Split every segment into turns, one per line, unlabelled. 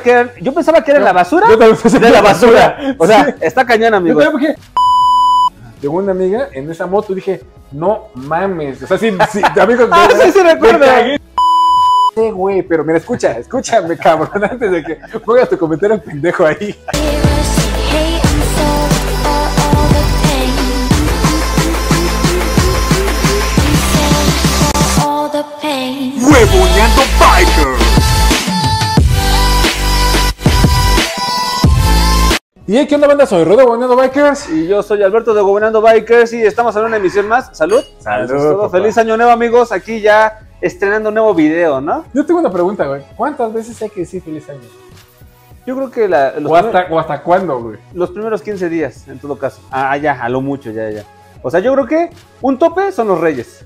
que eran- yo pensaba que era en la basura.
Yo también pensé
de
que
la
era
basura.
basura.
O sea,
Sí.
está cañón,
Yo
amigo.
también porque llegó una amiga en esa moto y dije, no mames. O sea, sí, sí, amigos.
Ah, sí, sí, recuerdo.
me cagué. Sí, güey, pero mira, escucha, escúchame, cabrón, antes de que pongas tu comentario al pendejo ahí.
Pain.
Huevoneando Biker.
Y hey, ¿qué onda, banda? Soy Rodo Bonando Bikers.
Y yo soy Alberto de Gobernando Bikers y estamos en una emisión más. Salud.
Salud,
Eso es todo.
papá.
Feliz año nuevo, amigos. Aquí ya estrenando un nuevo video, ¿no?
Yo tengo una pregunta, güey. ¿Cuántas veces hay que decir feliz año?
Yo creo que la- los,
¿O hasta, o hasta cuándo, güey?
primer- los primeros 15 días, en todo caso. Ah, ya, a lo mucho, ya, ya. O sea, yo creo que un tope son los Reyes.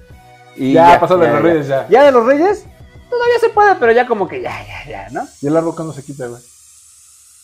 Y
Ya, pasó de los Reyes, ya.
Ya de los Reyes, todavía se puede, pero ya como que ya, ya, ya, ¿no?
Y el árbol cuando se quita, güey.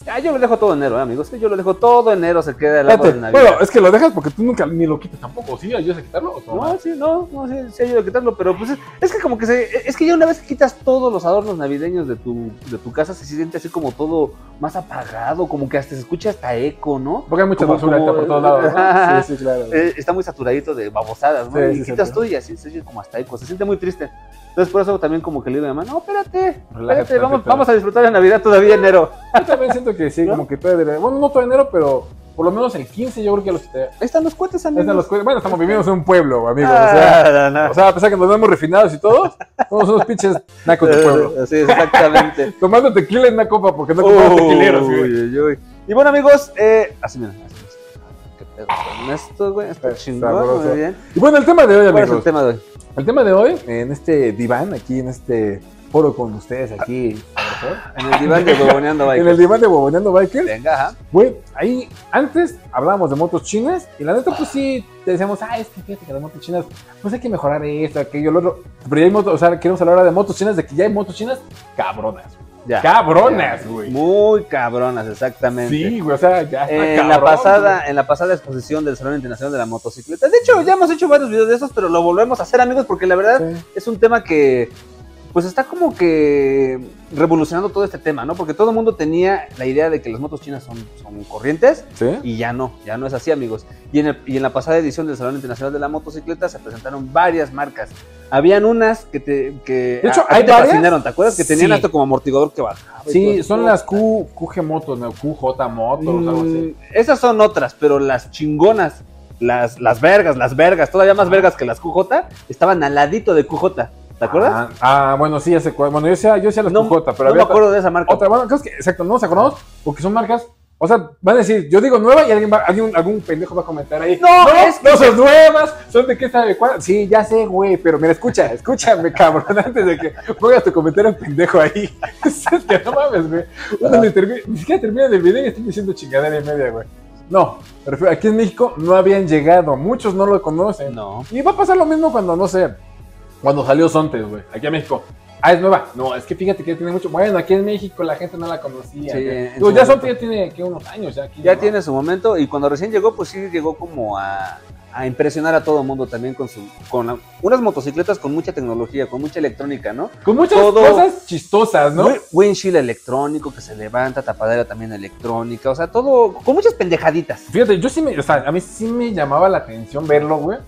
Ya, yo lo dejo todo enero, ¿eh, amigos. Yo lo dejo todo enero, se queda el árbol
Espérate,
de Navidad.
Bueno, es que lo dejas porque tú nunca ni lo quitas tampoco. ¿Sí ayudas a quitarlo o tu mamá?
No, sí, no, no, sí, sí ayuda a quitarlo, pero pues es, es que como que se, es que ya una vez que quitas todos los adornos navideños de tu, de tu casa, se siente así como todo más apagado, como que hasta se escucha hasta eco, ¿no?
Porque hay mucha
Como-
basura
como-
está por todos lados,
Ajá.
¿no? Sí, sí, claro.
Eh, está muy saturadito de babosadas, ¿no?
Sí,
y
sí,
quitas
sí.
todo y así se oye como hasta eco, se siente muy triste. Entonces por eso también como que le digo a mi mamá, no, espérate,
Relájate
espérate, vamos,
tantito".
vamos a disfrutar de Navidad todavía enero.
Yo también siento que sí,
¿No?
como que todo de- Bueno, no todo enero, pero por lo menos el 15 yo creo que los... eh,
Ahí están los cohetes, amigos.
están los cuernos. bueno, estamos viviendo en un pueblo, amigos. o, sea,
Ah, no, no.
o sea, a pesar que nos vemos refinados y todo, somos unos pinches nacos de pueblo.
Eh, Sí, exactamente.
Tomando tequila en una copa porque no compramos tequileros,
Uy,
güey.
uy, uy. Y bueno, amigos, eh, así mira. así, así. ¿Qué pedo con esto, güey? Está
Está
chingón,
sabroso.
muy bien.
Y bueno, el tema de hoy,
¿Cuál es el
amigos.
tema de hoy?
El tema de hoy, en este diván, aquí en este foro con ustedes, aquí,
En el diván de Boboneando
en el
Bike.
diván de Boboneando Bikers.
Venga, ajá.
Güey, ahí antes hablábamos de motos chinas y la neta, pues sí, te decíamos, ah, es que fíjate que las motos chinas, pues hay que mejorar esto, aquello, lo otro. Pero ya hay motos, o sea, queremos hablar ahora de motos chinas, de que ya hay motos chinas cabronas.
Ya.
Cabronas, güey.
Muy cabronas, exactamente.
Sí, güey, o sea, ya. está
En la,
cabrón,
pasada, en la pasada exposición del Salón Internacional de la Motocicleta. De hecho, ya hemos hecho varios videos de esos, pero lo volvemos a hacer, amigos, porque la verdad
güey. Sí.
es un tema que pues está como que revolucionando todo este tema, ¿no? Porque todo el mundo tenía la idea de que las motos chinas son, son corrientes
¿Sí?
y ya no, ya no es así, amigos. Y en, el- y en la pasada edición del Salón Internacional de la Motocicleta se presentaron varias marcas. Habían unas que te, que
De hecho,
a- a ti
hay
te
varias.
fascinaron, ¿te acuerdas? Que tenían
Sí.
hasta como amortiguador que bajaba. y todo
Sí,
eso.
son las Q, QG Motos, ¿no? QJ Motos, algo
Mm,
así.
esas son otras, pero las chingonas, las, las vergas, las vergas, todavía
Ah.
más vergas que las QJ, estaban al ladito de QJ, ¿te acuerdas?
Ah, ah, bueno, sí, ya sé cuál. Bueno, yo sé, yo sé las
no
QJ, pero
no me
había
acuerdo de esa marca.
Otra, bueno, creo que, exacto, no nos acordamos porque son marcas. O sea, van a decir, yo digo nueva y alguien va, alguien, algún pendejo va a comentar ahí.
No, es que-
no son nuevas, son de qué sabe cuál. Sí, ya sé, güey, pero mira, escucha, escúchame, cabrón, antes de que pongas tu comentario pendejo ahí. es que no mames, güey. Uno ni, termi- ni siquiera terminan el video y están diciendo chingadera y media, güey. No, me refiero, aquí en México no habían llegado, muchos no lo conocen.
No.
Y va a pasar lo mismo cuando, no sé, cuando salió Sontes, güey, aquí a México. Ah, es nueva. No, es que fíjate que tiene mucho. Bueno, aquí en México la gente no la conocía.
Sí,
Digo,
en su
ya
momento.
Sontes ya tiene que unos años. Ya, aquí,
Ya
¿no?
tiene su momento y cuando recién llegó, pues sí llegó como a, a impresionar a todo el mundo también con su con la- unas motocicletas con mucha tecnología, con mucha electrónica, ¿no?
Con muchas
todo-
cosas chistosas, ¿no?
Wi- Windshield electrónico que se levanta, tapadera también electrónica, o sea, todo con muchas pendejaditas.
Fíjate, yo sí me. O sea, a mí sí me llamaba la atención verlo, güey.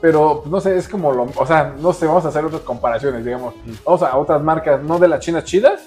Pero, pues, no sé, es como lo. O sea, no sé, vamos a hacer otras comparaciones, digamos. Vamos a otras marcas, no de las chinas chidas,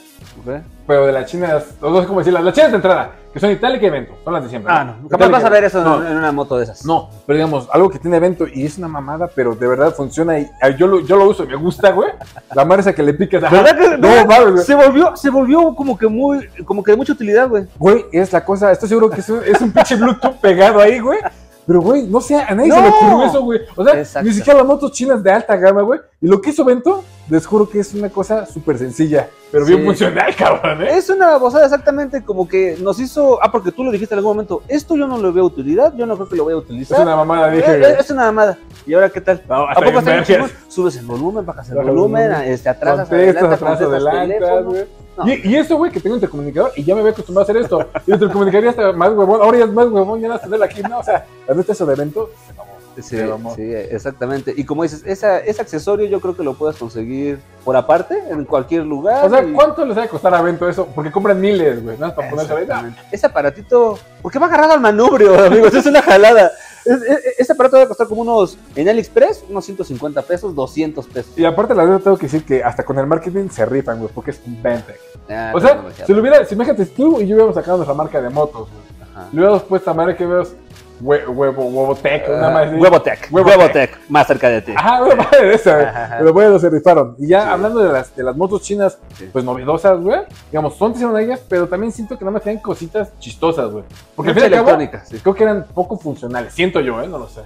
pero de las chinas. No sé cómo decirlas. Las chinas de entrada, que son Itálica y Vento. Son las de siempre.
Ah, no. Capaz
Itálica y
vas a ver eso
Vento.
en-
No,
en una moto de esas.
No, pero digamos, algo que tiene evento y es una mamada, pero de verdad funciona y ah, yo lo, yo lo uso y me gusta, güey. La madre esa que le picas. ajá.
¿Verdad que-
no,
verdad?
mames, güey.
Se volvió, se volvió como que muy, como que de mucha utilidad, güey.
Güey, es la cosa, estoy seguro que es un, es un pinche Bluetooth pegado ahí, güey. Pero, güey, no sé, a nadie se le
No.
ocurrió eso, güey. O sea,
Exacto.
ni siquiera las motos chinas de alta gama, güey. Y lo que hizo Vento, les juro que es una cosa súper sencilla, pero
Sí.
bien funcional, cabrón, ¿eh?
Es una babosada exactamente como que nos hizo, ah, porque tú lo dijiste en algún momento, esto yo no le veo utilidad, yo no creo que lo voy a
Es
utilizar.
una mamada,
Eh,
dije,
eh,
güey.
es una mamada. ¿Y ahora qué tal?
No,
¿A poco
está bien
está bien
vergas.
chingón? Subes el volumen, bajas el
Bajas el
volumen,
volumen.
este, atrasas,
Contestas,
adelantas,
atrás,
contestas,
adelantas,
teléfono.
güey.
No.
Y, y eso, güey, que tengo intercomunicador y ya me había acostumbrado a hacer esto. Y el intercomunicador ya está más huevón, ahora ya es más huevón, ya no vas a tener aquí, no, o sea, la neta eso de evento, se acabó.
Sí,
Pero amor.
sí, exactamente. Y como dices, esa, ese accesorio yo creo que lo puedes conseguir por aparte, en cualquier lugar.
O sea,
y
¿cuánto les va a costar a Bento eso? Porque compran miles, güey, ¿no? Para ponerse ahorita.
Exactamente. Ese aparatito, porque va agarrado al manubrio, amigos, es una jalada. Es- es- ese aparato va a costar como unos, en AliExpress, unos 150 pesos, 200 pesos.
Y aparte, la verdad, tengo que decir que hasta con el marketing se rifan, güey, porque es un Bentec.
Ah,
O
está
sea,
demasiado.
si lo hubiera, si imagínate, tú y yo hubiéramos sacado nuestra marca de motos, güey.
Ajá.
Le hubiéramos puesto a madre que veas hue- huevo, huevo tech, una
Ah,
más. así.
Huevotec,
Huevo
Huevotec, más cerca de ti.
Ajá, una Ah, madre de esa, güey.
Ajá, ajá.
Pero bueno, se rifaron. Y ya
Sí.
hablando de las, de las motos chinas,
Sí.
pues novedosas, güey. Digamos, son hicieron ellas, pero también siento que nada más tenían cositas chistosas, güey. Porque al
Mucha
fin y al cabo,
electrónica, sí.
creo que eran poco funcionales. Siento yo, ¿eh? No lo sé.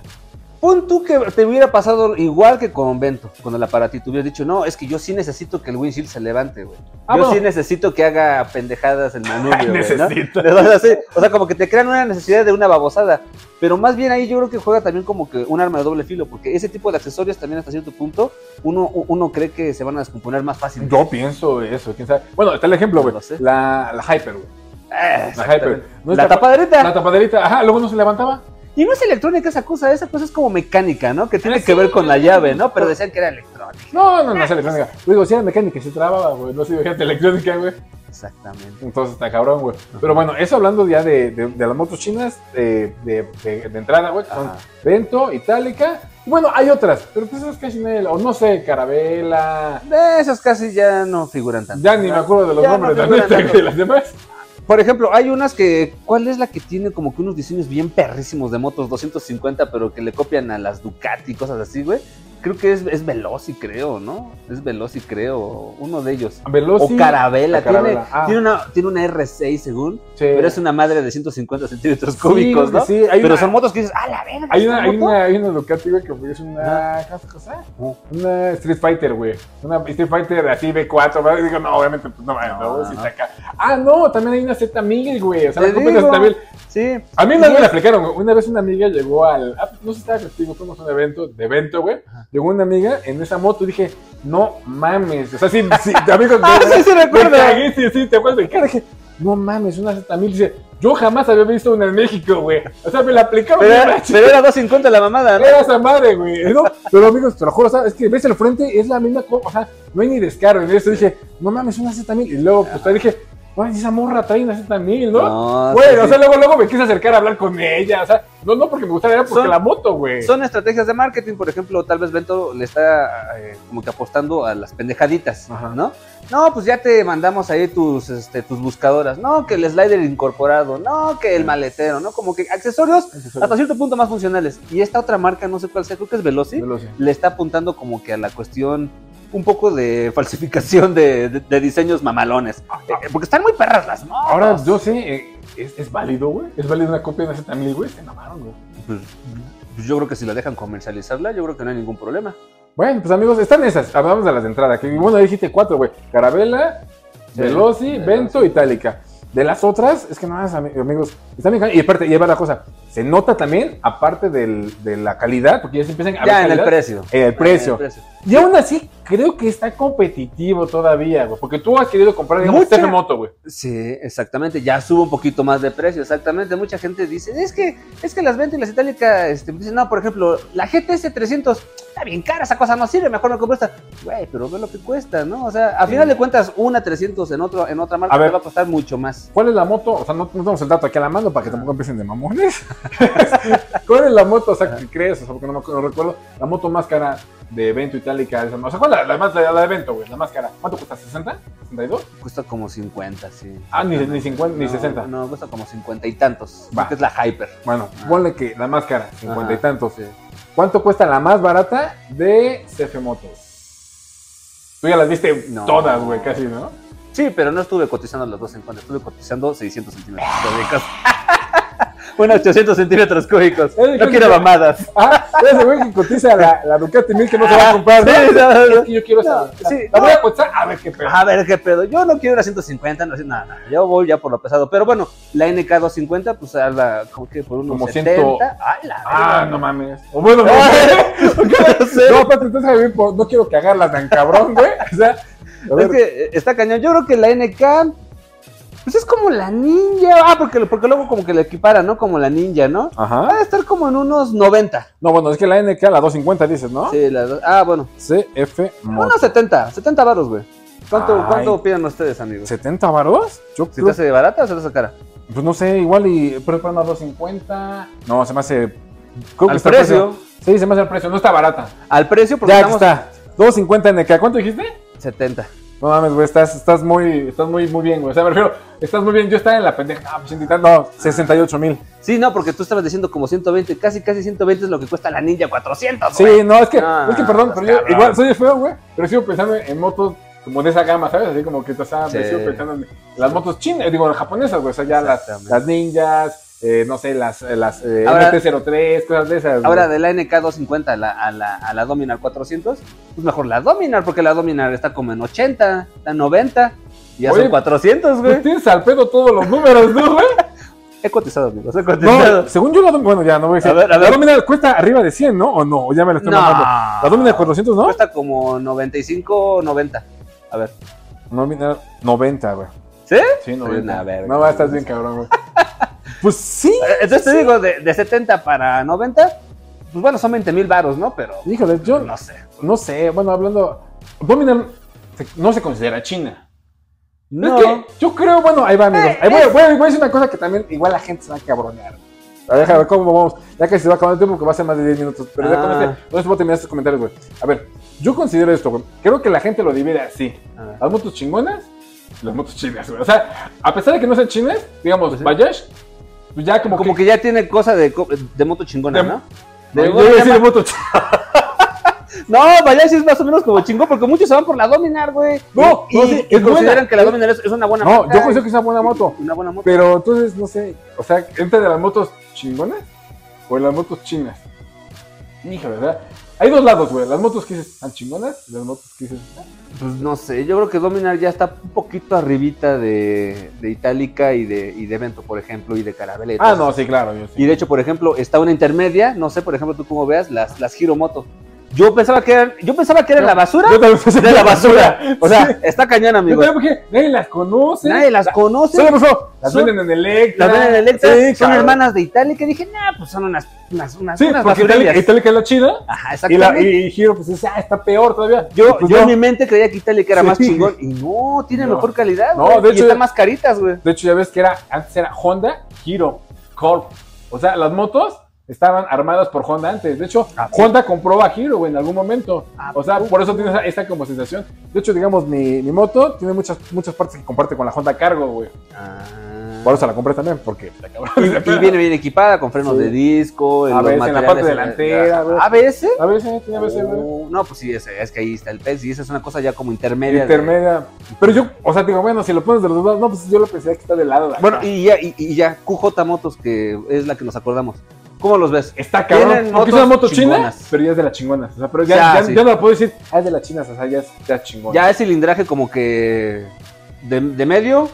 Pon tú que te hubiera pasado igual que con Bento, con el aparatito. Hubieras dicho, no, es que yo sí necesito que el windshield se levante, güey.
Ah,
yo
bueno. Ah,
sí necesito que haga pendejadas el manubrio, güey, ¿no?
Necesito.
O sea, sí, o sea, como que te crean una necesidad de una babosada. Pero más bien ahí yo creo que juega también como que un arma de doble filo, porque ese tipo de accesorios también hasta cierto punto uno, uno cree que se van a descomponer más fácil.
Yo pienso eso, quién sabe. Bueno, está el ejemplo, güey.
No lo sé.
La, la Hyper, güey.
Ah,
La Hyper.
exactamente.
No
la
está-
tapaderita.
La tapaderita, ajá, luego no se levantaba.
Y no es electrónica esa cosa, esa cosa es como mecánica, ¿no? Que
Ah,
tiene que ver con la llave, ¿no? Pero decían que era electrónica.
No, no, no es electrónica. Güey, Digo, si era mecánica, se trababa, güey. No sé, fíjate, electrónica, güey.
Exactamente.
Entonces está cabrón, güey. Pero bueno, eso hablando ya de, de- de las motos chinas de, de- de- de entrada, güey. que Son
Ajá.
Bento, Itálica. Y bueno, hay otras, pero pues esas casi nadie, o no sé, Carabela.
De esas casi ya no figuran tanto.
Ya ni me acuerdo de los
Ya no
nombres la
figuran
neta,
tanto.
de las demás.
Por ejemplo, hay unas que. ¿Cuál es la que tiene como que unos diseños bien perrísimos de motos 250, pero que le copian a las Ducati y cosas así, güey? Creo que es, es Veloci, creo, ¿no? Es Veloci, creo. Uno de ellos.
Veloci.
o Carabela.
Oh, la Carabela,
Tiene,
ah.
tiene, una, tiene una R6, según.
Sí.
Pero es una madre de 150 centímetros
Sí,
cúbicos,
güey,
¿no?
Sí, hay
pero
una-
son motos que dices, ¡ah, la verga!
Hay
esta
una, hay
moto!
una, hay una Ducati, güey, que es una. ¿Qué cosa? Una Street Fighter, güey. Una Street Fighter así B4, ¿verdad? Y digo, no, obviamente, pues no, no, no,
No,
si
no.
está acá. Ah, no, también hay una Z1000, güey. O sea,
Te
la compra una
digo.
Z1000.
Sí.
A mí una
Y
vez me la
es-
aplicaron, güey. Una vez una amiga llegó al. ah, no sé si estaba contigo, fuimos a un evento, de evento, güey. Llegó una amiga en esa moto y dije, no mames. O sea, sí, sí, amigos.
Ah, sí, sí, recuerdo.
Me cagué, sí, sí, te acuerdas de cara. Dije, no mames, una Z1000. Dice, yo jamás había visto una en México, güey. O sea, me la aplicaron.
Pero,
bien
era-
macho.
pero era 250 la mamada, ¿no?
Era esa madre, güey. ¿no? Pero amigos, te lo juro, o sea, es que ves el frente, es la misma cosa. O sea, no hay ni descaro en eso. Dije, no mames, una Z1000. Y luego, pues, te dije, güey, esa morra trae una Z1000, ¿no?
No,
Güey,
Ah, sí,
o
sí.
sea, luego, luego me quise acercar a hablar con ella. O sea, no, no porque me gustara, era porque
Son-
la moto, güey.
Son estrategias de marketing, por ejemplo, tal vez Bento le está eh, como que apostando a las pendejaditas,
Ajá.
¿no? No, pues ya te mandamos ahí tus, este, tus buscadoras, no, que el slider incorporado, no, que el maletero, ¿no? Como que accesorios hasta cierto punto más funcionales. Y esta otra marca, no sé cuál sea, creo que es Veloci,
Veloci.
le está apuntando como que a la cuestión un poco de falsificación de, de- de diseños mamalones. Eh, eh, porque están muy perras las motos.
Ahora, yo sé, eh, ¿es, es válido, güey? ¿Es válido una copia de una Z1000, güey? Se mamaron, güey.
Pues, yo creo que si la dejan comercializarla, yo creo que no hay ningún problema.
Bueno, pues amigos, están esas. Hablamos de las de entrada. Que, bueno, ahí dijiste cuatro, güey. Carabela,
Sí,
Veloci,
Veloci.
Bento, Itálica. De las otras, es que nada más, ami- amigos, están bien. ca- Y aparte, lleva la cosa. Se nota también, aparte del- de la calidad, porque ya se empiezan a ver
ya en el
calidad,
precio.
el precio.
En el precio.
Y aún así, creo que está competitivo todavía, güey. Porque tú has querido comprar, digamos,
Mucha-
TF Moto, güey.
Sí, exactamente. Ya sube un poquito más de precio, exactamente. Mucha gente dice, es que, es que las ventas y las itálicas, este, dicen, no, por ejemplo, la GTS 300 está bien cara, esa cosa no sirve, mejor me compro esta. Güey, pero ve lo que cuesta, ¿no? O sea, al final de cuentas, una 300 en, otro, en otra marca
A ver.
te va a costar mucho más.
¿Cuál es la moto? O sea, no, no tenemos el dato aquí a la mano para que tampoco empiecen de mamones. ¿Cuál es la moto? O sea, ¿qué crees? O sea, porque no me acuerdo, no recuerdo. La moto más cara de evento itálica. de esa- O sea, ¿cuál es la, la más la de evento, güey? La más cara. ¿Cuánto cuesta? ¿60? ¿62?
Cuesta como 50, sí.
Ah, ni, ni 50, ni
No,
60.
No, cuesta como 50 y tantos.
Va.
Que es la Hyper.
Bueno,
Ah.
ponle que la más cara, 50 y
Ajá,
tantos.
sí.
¿Cuánto cuesta la más barata de CF Motos? Tú ya las viste
No.
todas, güey, casi, ¿no?
Sí, pero no estuve cotizando las 250, estuve cotizando 600 centímetros cúbicos. bueno, 800 centímetros cúbicos.
Ay,
No quiero mamadas.
Ah, ese güey que cotiza la, la Ducati 1000 que no se va a comprar, Ah, ¿no?
Sí, no, no, no.
Es que yo quiero
No,
saber.
sí,
la
no. Ah,
voy a cotizar a ver qué pedo.
A ver qué pedo. Yo no quiero una 150, no sé nada. nada. Yo voy ya por lo pesado. Pero bueno, la NK250, pues a la, como que por unos
Como
70.
ciento-
¡Ah, la
Ah,
verga!
no mames. O bueno, no,
No Ah, sé.
no, aparte, entonces, Javier, pues, no quiero cagarla tan cabrón, güey. O sea, a ver,
Es que eh, está cañón. Yo creo que la NK Pues es como la ninja. Ah, porque, porque luego como que la equiparan, ¿no? Como la ninja, ¿no? Va
Ajá.
a estar como en unos 90.
No, bueno, es que la NK, la 250 dices, ¿no?
Sí, las dos. Ah, bueno.
CF Moto.
Unos 70, 70 varos, güey. ¿Cuánto,
Ay.
¿Cuánto opinan ustedes, amigos?
¿70 varos? Yo
¿Se
creo-
te hace barata o se te hace cara?
Pues no sé, igual y pero para una 250. No, se me hace. Creo
Al
el
precio.
Sí, se me hace el precio. No está barata.
Al precio, porque
Ya que
estamos
está. 250 NK. ¿Cuánto dijiste?
70.
No mames, güey, estás, estás muy, estás muy, muy bien, güey. O sea, me refiero, estás muy bien. Yo estaba en la pendeja. Ah, pues intentando- No, 68 mil.
Sí, no, porque tú estabas diciendo como 120, casi casi 120 es lo que cuesta la ninja 400.
Sí,
güey.
no, es que,
Ah,
es que perdón,
estás
pero yo
cabrón.
igual soy feo, güey. Pero sigo pensando en motos como de esa gama, ¿sabes? Así como que o sea, me
Sí.
sigo pensando en las motos chinas, digo, las japonesas, güey. O sea, ya las,
Exactamente.
las ninjas, eh, no sé, las, eh, las eh,
Ahora-
MT-03, cosas de esas.
Ahora
güey.
de la NK 250 a la, a, la, a la Dominar 400, pues mejor la Dominar, porque la Dominar está como en 80, está en 90, y ya
Oye,
son 400, güey.
Pues tienes al pedo todos los números, ¿no, güey?
He cotizado, amigos, he cotizado.
No, según yo, la, dom- bueno, ya no voy a decir.
A ver, a ver.
La domina cuesta arriba de 100, ¿no? O no, O ya me la estoy mandando. La domina de 400, ¿no?
Cuesta como 95, 90. A ver.
Nómina 90, güey.
¿Sí?
Sí,
una verga. Eh,
No, va, estás bien cabrón, güey. Pues sí.
Entonces te digo, de, de 70 para 90, pues bueno, son 20 mil varos, ¿no? Pero
Híjole, yo
no sé.
no sé. Bueno, hablando. Dominar no se considera China.
No.
Es que yo creo, bueno, ahí va, amigos.
Eh,
Ahí voy, voy- voy a decir una cosa que también igual la gente se va a cabronear. A ver, déjame ver cómo vamos. Ya que se va acabando el tiempo, que va a ser más de 10 minutos. Pero ya con
Ah.
este, con esto voy a terminar estos comentarios, güey. A ver, yo considero esto, güey. Creo que la gente lo divide así.
Ah,
Las motos chingonas, y las motos chinas, güey. O sea, a pesar de que no sean chinas, digamos,
Pues sí.
Bayash, pues ya como,
Como que ya tiene cosa de, co- de moto chingona,
De-
¿no?
No,
De-
yo voy a decir
llama-
moto china.
no, vaya, sí es más o menos como chingón, porque muchos se van por la Dominar, güey.
No,
y,
no, sí,
y
es buena.
consideran que la Dominar es, es una buena
No,
marca
yo considero que es una buena moto.
Una buena moto.
Pero entonces, no sé, o sea, ¿entra de las motos chingonas o de las motos chinas? Híjole, ¿verdad? Hay dos lados, güey. Las motos que dices tan chingonas y las motos que dices. ah,
Pues no sé, yo creo que Dominar ya está un poquito arribita de, de Itálica y de, y de Evento, por ejemplo, y de Carabela. y
Ah,
todo
no, sí, claro, yo
Y
sí.
de hecho, por ejemplo, está una intermedia, no sé, por ejemplo, tú como veas, las, las Giro Moto. Yo pensaba que eran, yo pensaba que eran
Yo-
la basura
Yo también pensé
de la basura. O sea,
Sí.
está cañón,
yo
amigo.
también porque nadie las conoce.
Nadie las conoce.
Solo por eso, Las
Son-
venden en Electra.
Las ven en Electra,
Sí,
son
claro.
hermanas de Italia, que dije, nah, pues son unas, unas, unas,
Sí,
unas
porque
basurillas".
Itálica, Itálica es la chida.
Ajá,
Y, la,
exactamente.
y Giro, pues dice, ah, está peor todavía.
yo
Pues
yo en
no.
mi mente creía que Italia que era
Sí.
más chingón. Y no, tiene
No.
mejor calidad,
No,
güey,
de
y
hecho-
están más caritas, güey.
De hecho, ya ves que era, antes era Honda, Hero, Corp. O sea, las motos estaban armadas por Honda antes. De hecho,
Ah, sí.
Honda compró a Hero güey, en algún momento.
Ah,
O sea, por eso tiene esa, esta como sensación. De hecho, digamos, mi, mi moto tiene muchas, muchas partes que comparte con la Honda Cargo, güey. Por eso la compré también, porque la cabrón.
Y, y viene bien equipada, con frenos
Sí.
de disco, en
A
los
veces en la
materiales-
parte delantera, güey.
A veces.
A veces, tiene a veces, güey.
Oh, no, pues sí, es, es que ahí está el pez y esa es una cosa ya como intermedia. de-
Intermedia. Pero yo, o sea, digo, bueno, si lo pones de los dos lados, no, pues yo lo pensé que está de lado. de
Bueno,
acá.
y ya, y, y ya, QJ Motos, que es la que nos acordamos. ¿Cómo los ves?
Está
Tienen
cabrón. Porque es una
motos
moto china,
chingonas.
pero ya es de las chingonas. O sea, pero ya,
O sea,
ya,
sí.
ya no la puedo decir, ah, es de las chinas, o sea, ya es, ya es chingona.
Ya es cilindraje como que de, de medio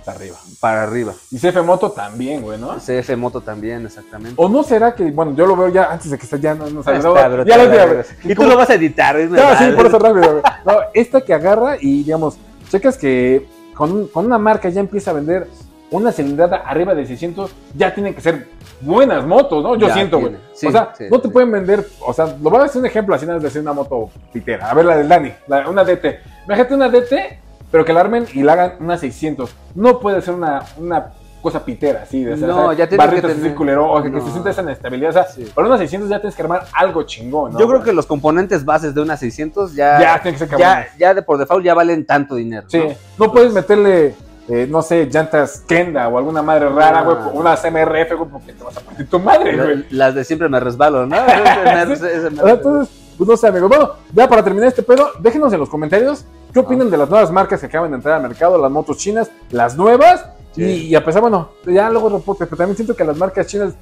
está arriba.
para arriba.
Y CF Moto también, güey, ¿no?
CF Moto también, exactamente.
O no será que, bueno, yo lo veo ya antes de que esté ya, no, no sabes,
Ah, Está,
no,
bro,
ya
está,
lo veo.
bro. Y tú lo vas a editar, es
No, sí,
verdad.
por eso rápido. güey. No, esta que agarra y, digamos, checas que con, un- con una marca ya empieza a vender una cilindrada arriba de 600, ya tienen que ser buenas motos, ¿no? Yo
Ya
siento, güey.
tiene. Sí,
o sea,
sí,
no te
sí.
pueden vender, o sea, lo voy a hacer un ejemplo así, nada más de hacer una moto pitera. A ver, la del Dani, la- una DT. Imagínate una DT, pero que la armen y la hagan una 600. No puede ser una, una cosa pitera, así, de
No, ya tiene que
barritas
tener-
así culerón, o que, que se
No.
sienta esa inestabilidad. O sea,
Sí.
para una 600 ya tienes que armar algo chingón, ¿no?
Yo creo que los componentes bases de una 600 ya,
ya tiene que ser cabrón.
ya, ya de por default ya valen tanto dinero.
Sí,
¿no?
no, puedes meterle, eh, no sé, llantas Kenda o alguna madre rara, güey,
No.
una CMRF, güey, porque te vas a partir tu madre, güey.
Las de siempre me resbalo, ¿no? Ese- ese- ese me-
O sea, Entonces, pues no sé, amigos. Bueno, ya para terminar este pedo, déjenos en los comentarios
Ah.
qué opinan de las nuevas marcas que acaban de entrar al mercado, las motos chinas, las nuevas.
Sí.
Y, y a pesar, bueno, ya luego reportes, pero también siento que las marcas chinas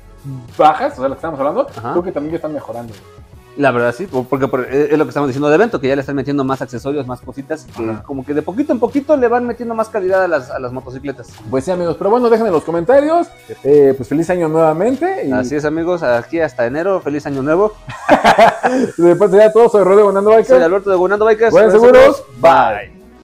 bajas, o sea, las que estamos hablando,
Ajá.
creo que también ya están mejorando. güey.
La verdad sí, por- porque por- eh, es es lo que estamos diciendo de evento, que ya le están metiendo más accesorios, más cositas, y que
Ajá.
como que de poquito en poquito le van metiendo más calidad a las, a las motocicletas.
Pues sí, amigos, pero bueno, dejen en los comentarios. eh, pues feliz año nuevamente. Y
Este, Así es amigos, aquí hasta enero, feliz año nuevo.
de parte de todos, soy Rodrigo Nando Biker.
Soy Alberto de Gunando Bikers.
Buenos seguros.
Bye.